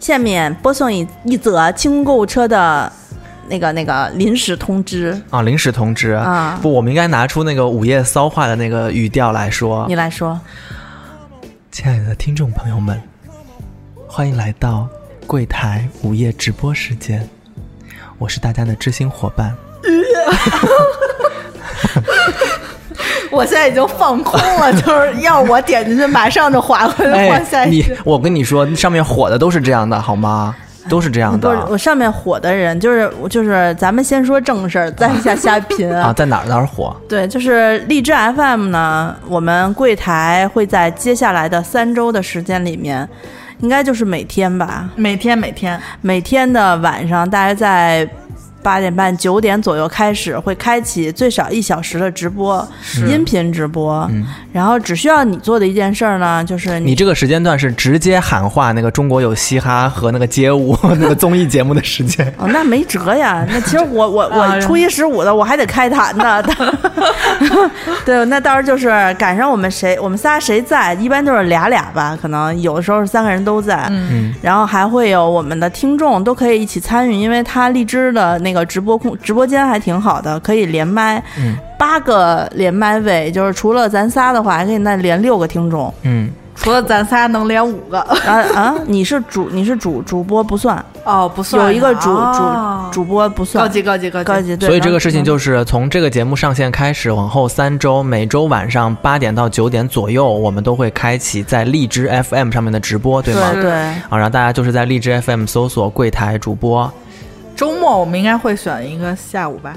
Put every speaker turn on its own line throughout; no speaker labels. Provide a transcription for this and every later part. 下面播送一一则清购物车的那个那个临时通知，
啊，临时通知
啊
不，我们应该拿出那个午夜骚话的那个语调来说
你。来说。
亲爱的听众朋友们，欢迎来到柜台午夜直播时间，我是大家的知心伙 伴。
我现在已经放空 了，就是要我点进去，马上就划过去换下一
哎你
句。
我跟你说，上面火的都是这样的，好 吗？都是这样
不是
的啊
我上面火的人，就是我就是咱们先说正事儿，再下瞎贫
啊，在哪儿哪儿火？
对，就是荔枝 FM 呢，我们柜台会在接下来的三周的时间里面，应该就是每天吧，
每天每天，
每天的晚上大概在八点半九点左右开始，会开启最少一小时的直播，音频直播。
嗯
然后只需要你做的一件事儿呢，就是
你这个时间段是直接喊话那个中国有嘻哈和那个街舞 那个综艺节目的时间。
哦，那没辙呀。那其实我我
啊
我初一十五的我还得开坛呢。 对，那到时候就是赶上我们谁，我们仨谁在，一般就是俩俩吧，可能有的时候是三个人都在。嗯，然后还会有我们的听众都可以一起参与，因为他荔枝的那个直播空直播间还挺好的，可以连麦。嗯，八个连麦位，就是除了咱仨的话，还可以再连六个听众。
嗯，
除了咱仨能连五个
啊啊，你是主你是主主播不算，
哦，不算
有一个主
哦
主主播不算。
高级高级高级
高级，对
所以这
能
个事情就是从这个节目上线开始，往后三周，每周晚上八点到九点左右，我们都会开启在荔枝 FM 上面的直播，对吗？
对对，
啊，然后大家就是在荔枝 FM 搜索柜台主播，
周末我们应该会选一个下午吧，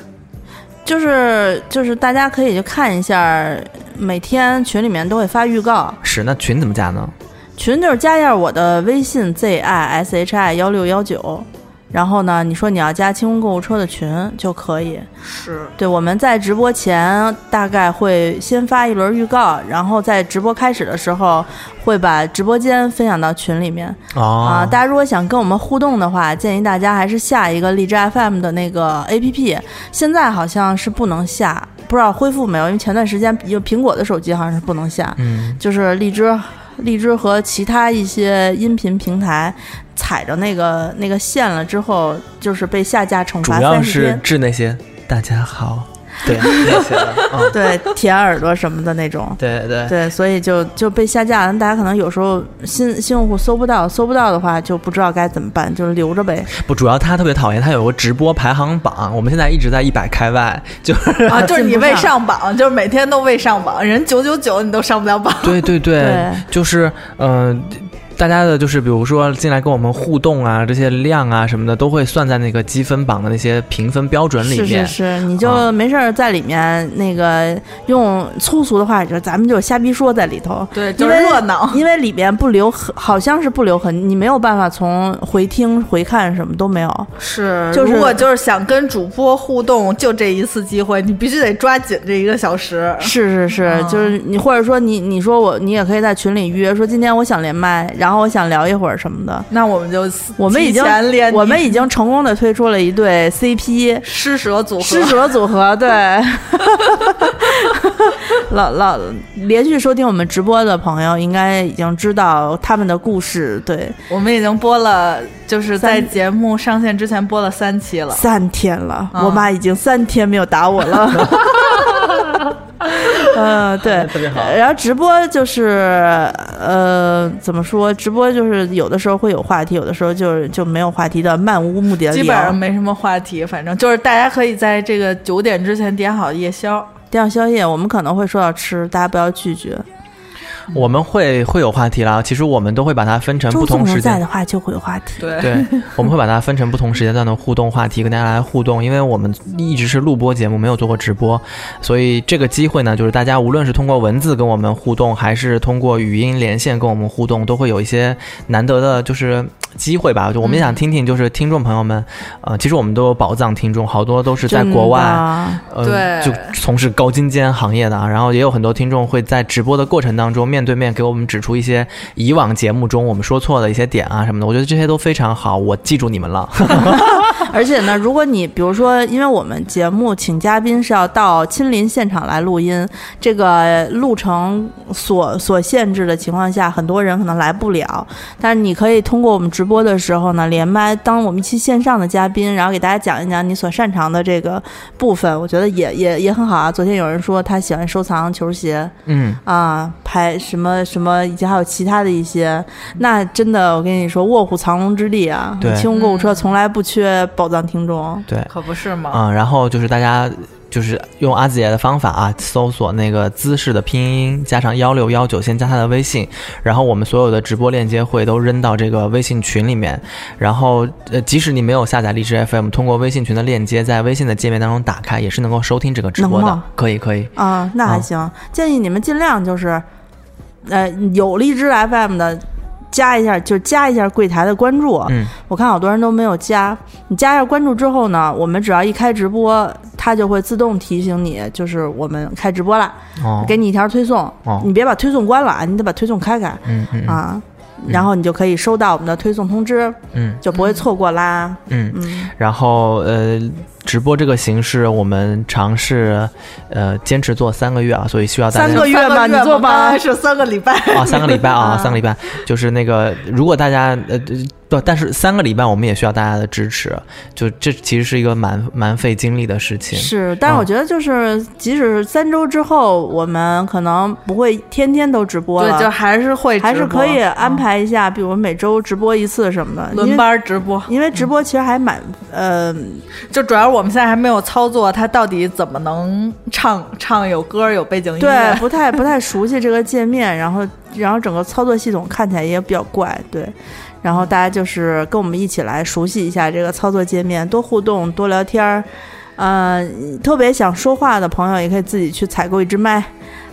就是就是大家可以去看一下，每天群里面都会发预告，
是那群怎么加呢？
群就是加一下我的微信 z i s h i 幺六幺九。然后呢，你说你要加清空购物车的群就可以。
是
对，我们在直播前大概会先发一轮预告，然后在直播开始的时候会把直播间分享到群里面。啊、
哦，
大家如果想跟我们互动的话，建议大家还是下一个荔枝 FM 的那个 APP。现在好像是不能下，不知道恢复没有，因为前段时间有苹果的手机好像是不能下，
嗯，
就是荔枝、荔枝和其他一些音频平台踩着那个那个线了之后，就是被下架惩
哦主
罚
要
三十
是
天。
治那些大家好，对那些 的，嗯，
对，舔耳朵什么的那种。
对对。
对，所以就就被下架了。大家可能有时候新新用户搜不到，搜不到的话就不知道该怎么办，就是留着呗。
不，主要他特别讨厌，他有个直播排行榜，我们现在一直在一百开外，就是，
啊，就是
进
你
不
未
上
上榜，就是每天都未上榜，人九九九你都上不了榜
对对对，
对
就是嗯、呃大家的就是比如说进来跟我们互动啊，这些量啊什么的，都会算在那个积分榜的那些评分标准里面。
是是是，你
啊
就没事儿在里面、那个用粗俗的话就是咱们就瞎逼说在里头。
对，
因
就是
为
热闹。
因为里边不留痕，好像是不留痕，你没有办法从回听、回看什么都没有。
是
就是
如果就是想跟主播互动，就这一次机会，你必须得抓紧这一个小时。
是是是，
啊
就是你或者说你你说我，你也可以在群里预约，说今天我想连麦，然后我想聊一会儿什么的。
那我们就
我们已经
提前练
我们已经成功的推出了一对 CP，
施舍组合，
施舍组合，对， 老老连续收听我们直播的朋友，应该已经知道他们的故事，对，
我们已经播了，就是在
三
节目上线之前播了三期了。
三天了，
嗯
啊
我妈已经三天没有打 我了。嗯，对，
哎特别好
然后直播就是，呃，怎么说？直播就是有的时候会有话题，有的时候就是就没有话题的漫无目的地
基本
聊
上没什么话题，反正就是大家可以在这个九点之前点好夜宵。
掉宵夜，我们可能会说到吃，大家不要拒绝。
我们会会有话题啦，其实我们都会把它分成
周
不同
总
时
在
间
的。话就会有话题。
对
对，我们会把它分成不同时间段的互动话题，跟大家来互动。因为我们一直是录播节目，没有做过直播，所以这个机会呢，就是大家无论是通过文字跟我们互动，还是通过语音连线跟我们互动，都会有一些难得的，就是机会吧。就我们也想听听，就是听众朋友们，呃，其实我们都有宝藏听众，好多都是在国外，
外，
呃，就
对
从事高精尖行业的啊。然后也有很多听众会在直播的过程当中，面对面给我们指出一些以往节目中我们说错的一些点啊什么的。我觉得这些都非常好，我记住你们了。
而且呢，如果你比如说，因为我们节目请嘉宾是要到亲临现场来录音，这个路程所所限制的情况下，很多人可能来不了。但是你可以通过我们直播的时候呢，连麦当我们一期线上的嘉宾，然后给大家讲一讲你所擅长的这个部分，我觉得也也也很好啊。昨天有人说他喜欢收藏球鞋
嗯，
啊，拍什么什么，以及还有其他的一些，那真的我跟你说，卧虎藏龙之地啊，
对
清空购物车从来不缺宝藏听众。
对，
可不是吗？
啊、然后就是大家就是用阿紫爷的方法啊，搜索那个姿势的拼音加上幺六幺九，先加他的微信，然后我们所有的直播链接会都扔到这个微信群里面，然后呃，即使你没有下载荔枝 FM，通过微信群的链接在微信的界面当中打开，也是能够收听这个直播
能
的
吗，
可以可以。
啊，那还行。建议你们尽量就是，呃，有荔枝 FM 的加一下，就加一下柜台的关注。
嗯，
我看好多人都没有加。你加一下关注之后呢，我们只要一开直播，它就会自动提醒你，就是我们开直播啦，
哦，
给你一条推送。
哦
你别把推送关了啊，你得把推送开开、
嗯嗯嗯
啊，然后你就可以收到我们的推送通知，
嗯
就不会错过啦。
嗯，
嗯，
然后呃，直播这个形式我们尝试呃坚持做三个月啊，所以需要大家
三个月吧
三个
你做吧
刚才是三个礼拜。
啊，三个礼拜啊，
啊
三个礼拜，就是那个，如果大家呃呃不，但是三个礼拜我们也需要大家的支持，就这其实是一个蛮蛮费精力的事情。
是，但
哦
是我觉得就是，即使三周之后，我们可能不会天天都直播了，
对，就还是会直播
还是可以安
嗯
排一下，比如每周直播一次什么的，因为
轮。班直播。
因为直播其实还蛮，呃，
就主要我们现在还没有操作，它到底怎么能唱唱有歌有背景音
对，
乐？
不太不太熟悉这个界面，然后然后整个操作系统看起来也比较怪，对。然后大家就是跟我们一起来熟悉一下这个操作界面，多互动，多聊天儿。呃，特别想说话的朋友也可以自己去采购一支麦，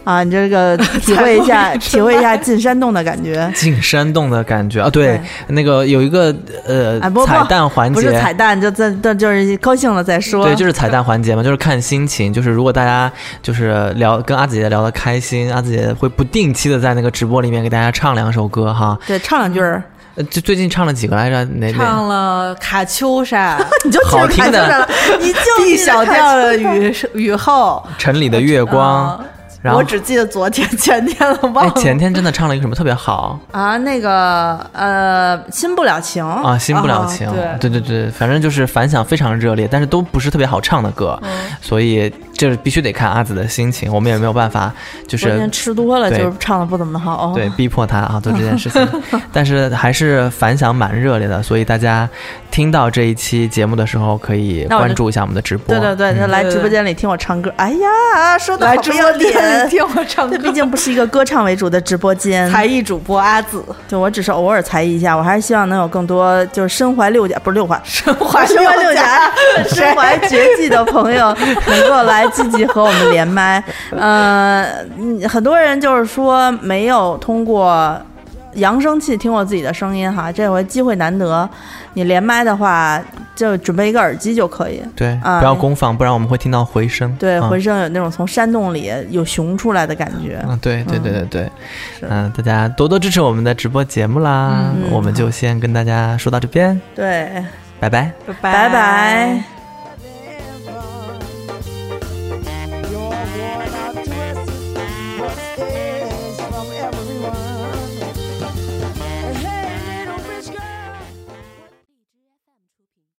啊、你这 个体会一下，
采购一支
体会一 下进山洞的感觉。
进山洞的感觉啊，对，那个有一个呃、
啊不不
彩蛋环
不
节
是，彩蛋，就这这就是高兴了再说。
对，就是彩蛋环节嘛，就是看心情，就是如果大家就是聊跟阿紫姐聊得开心，阿紫姐会不定期的在那个直播里面给大家唱两首歌哈。
对唱两句儿，
呃，就最近唱了几个来着？哪哪？
唱了《卡秋莎》
你 就
好听
记着
的
了， 你就
《
记
地
着
小
看
调的雨雨后
城里的月》光，
嗯
然后
我只记得昨天前天了，忘
哎，
了。
前天真的唱了一个什么特别好。
啊，那个呃，新不了情
啊，新不了
啊
情，
对
对对对，反正就是反响非常热烈，但是都不是特别好唱的歌，所以这必须得看阿紫的心情，我们也没有办法，就
昨
是
天吃多了，
对
就是唱的不怎么好。哦
对，逼迫他啊做这件事 情，但是还是反响蛮热烈的，所以大家听到这一期节目的时候，可以
那我就
关注一下我们的直播。
对对对，就来
对
直播间里听我唱歌。哎呀，说的
嗯来
好
直
不
播
要
间
脸。
听我唱
这
歌
毕，竟不是一个歌唱为主的直播间，
才艺主播 阿紫，
对我只是偶尔才艺一下，我还是希望能有更多就是身怀六甲不是六环，
身 怀
身怀六甲
甲，、
身怀绝技的朋友能够来积极和我们 连麦。呃，嗯很多人就是说没有通过扬声器听过自己的声音哈，这回机会难得，你连麦的话就准备一个耳机就可以。
对
啊
不要公放，不然我们会听到回声。
对，
嗯
浑身有那种从山洞里有熊出来的感觉。
啊，对对对对对，
是
嗯、大家多多支持我们的直播节目啦！
嗯
我们就先跟大家说到这边，
对，
拜拜。
拜
拜
拜。